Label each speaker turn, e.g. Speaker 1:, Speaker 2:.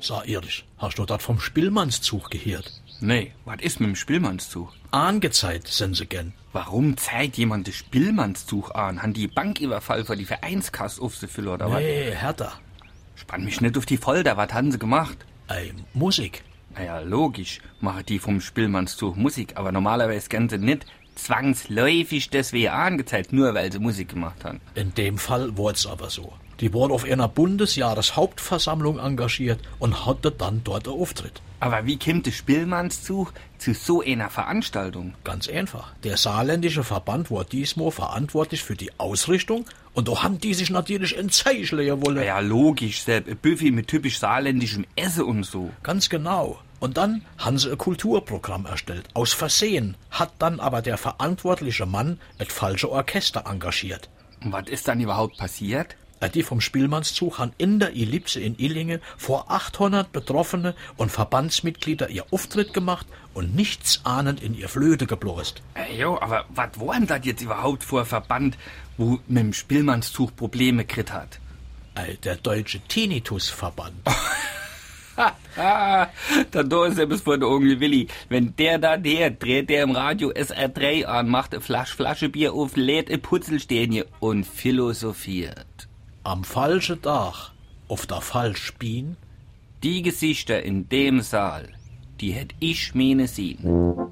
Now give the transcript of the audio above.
Speaker 1: sag Erich, hast du das vom Spielmannszug gehört?
Speaker 2: Nee, was ist mit dem Spielmannszug?
Speaker 1: Angezeigt sind sie gern.
Speaker 2: Warum zeigt jemand das Spielmannszug an? Han die Banküberfall für die Vereinskasse aufzufüllen oder was?
Speaker 1: Nee, härter.
Speaker 2: Spann mich nicht auf die Folter, was haben sie gemacht?
Speaker 1: Ei, Musik.
Speaker 2: Naja, logisch, mache die vom Spielmannszug Musik, aber normalerweise kennen sie nicht zwangsläufig deswegen angezeigt, nur weil sie Musik gemacht haben.
Speaker 1: In dem Fall wurd's aber so. Die wurde auf einer Bundesjahreshauptversammlung engagiert und hatte dann dort einen Auftritt.
Speaker 2: Aber wie kommt der Spielmannszug zu so einer Veranstaltung?
Speaker 1: Ganz einfach. Der saarländische Verband war diesmal verantwortlich für die Ausrichtung und da haben die sich natürlich entzeichnen wollen.
Speaker 2: Ja, logisch, Sepp. Ein Buffet mit typisch saarländischem Essen und so.
Speaker 1: Ganz genau. Und dann haben sie ein Kulturprogramm erstellt. Aus Versehen hat dann aber der verantwortliche Mann das falsche Orchester engagiert.
Speaker 2: Und was ist dann überhaupt passiert?
Speaker 1: Äh, Die vom Spielmannszug haben in der Ellipse in Illingen vor 800 Betroffene und Verbandsmitglieder ihr Auftritt gemacht und nichts ahnend in ihr Flöte gebläst.
Speaker 2: Äh, jo, aber was war denn das jetzt überhaupt vor ein Verband, wo mit dem Spielmannszug Probleme gekriegt hat?
Speaker 1: Äh, Der Deutsche Tinnitusverband.
Speaker 2: Ah, da da ist er bis vor der Onkel Willi. Wenn der da der dreht, der im Radio SR3 an, macht eine Flasch, Flasche Bier auf, lädt eine Putzelstänie und philosophiert.
Speaker 1: Am falschen Tag, auf der falsch bin,
Speaker 2: Die Gesichter in dem Saal, die hätt ich meine sehen.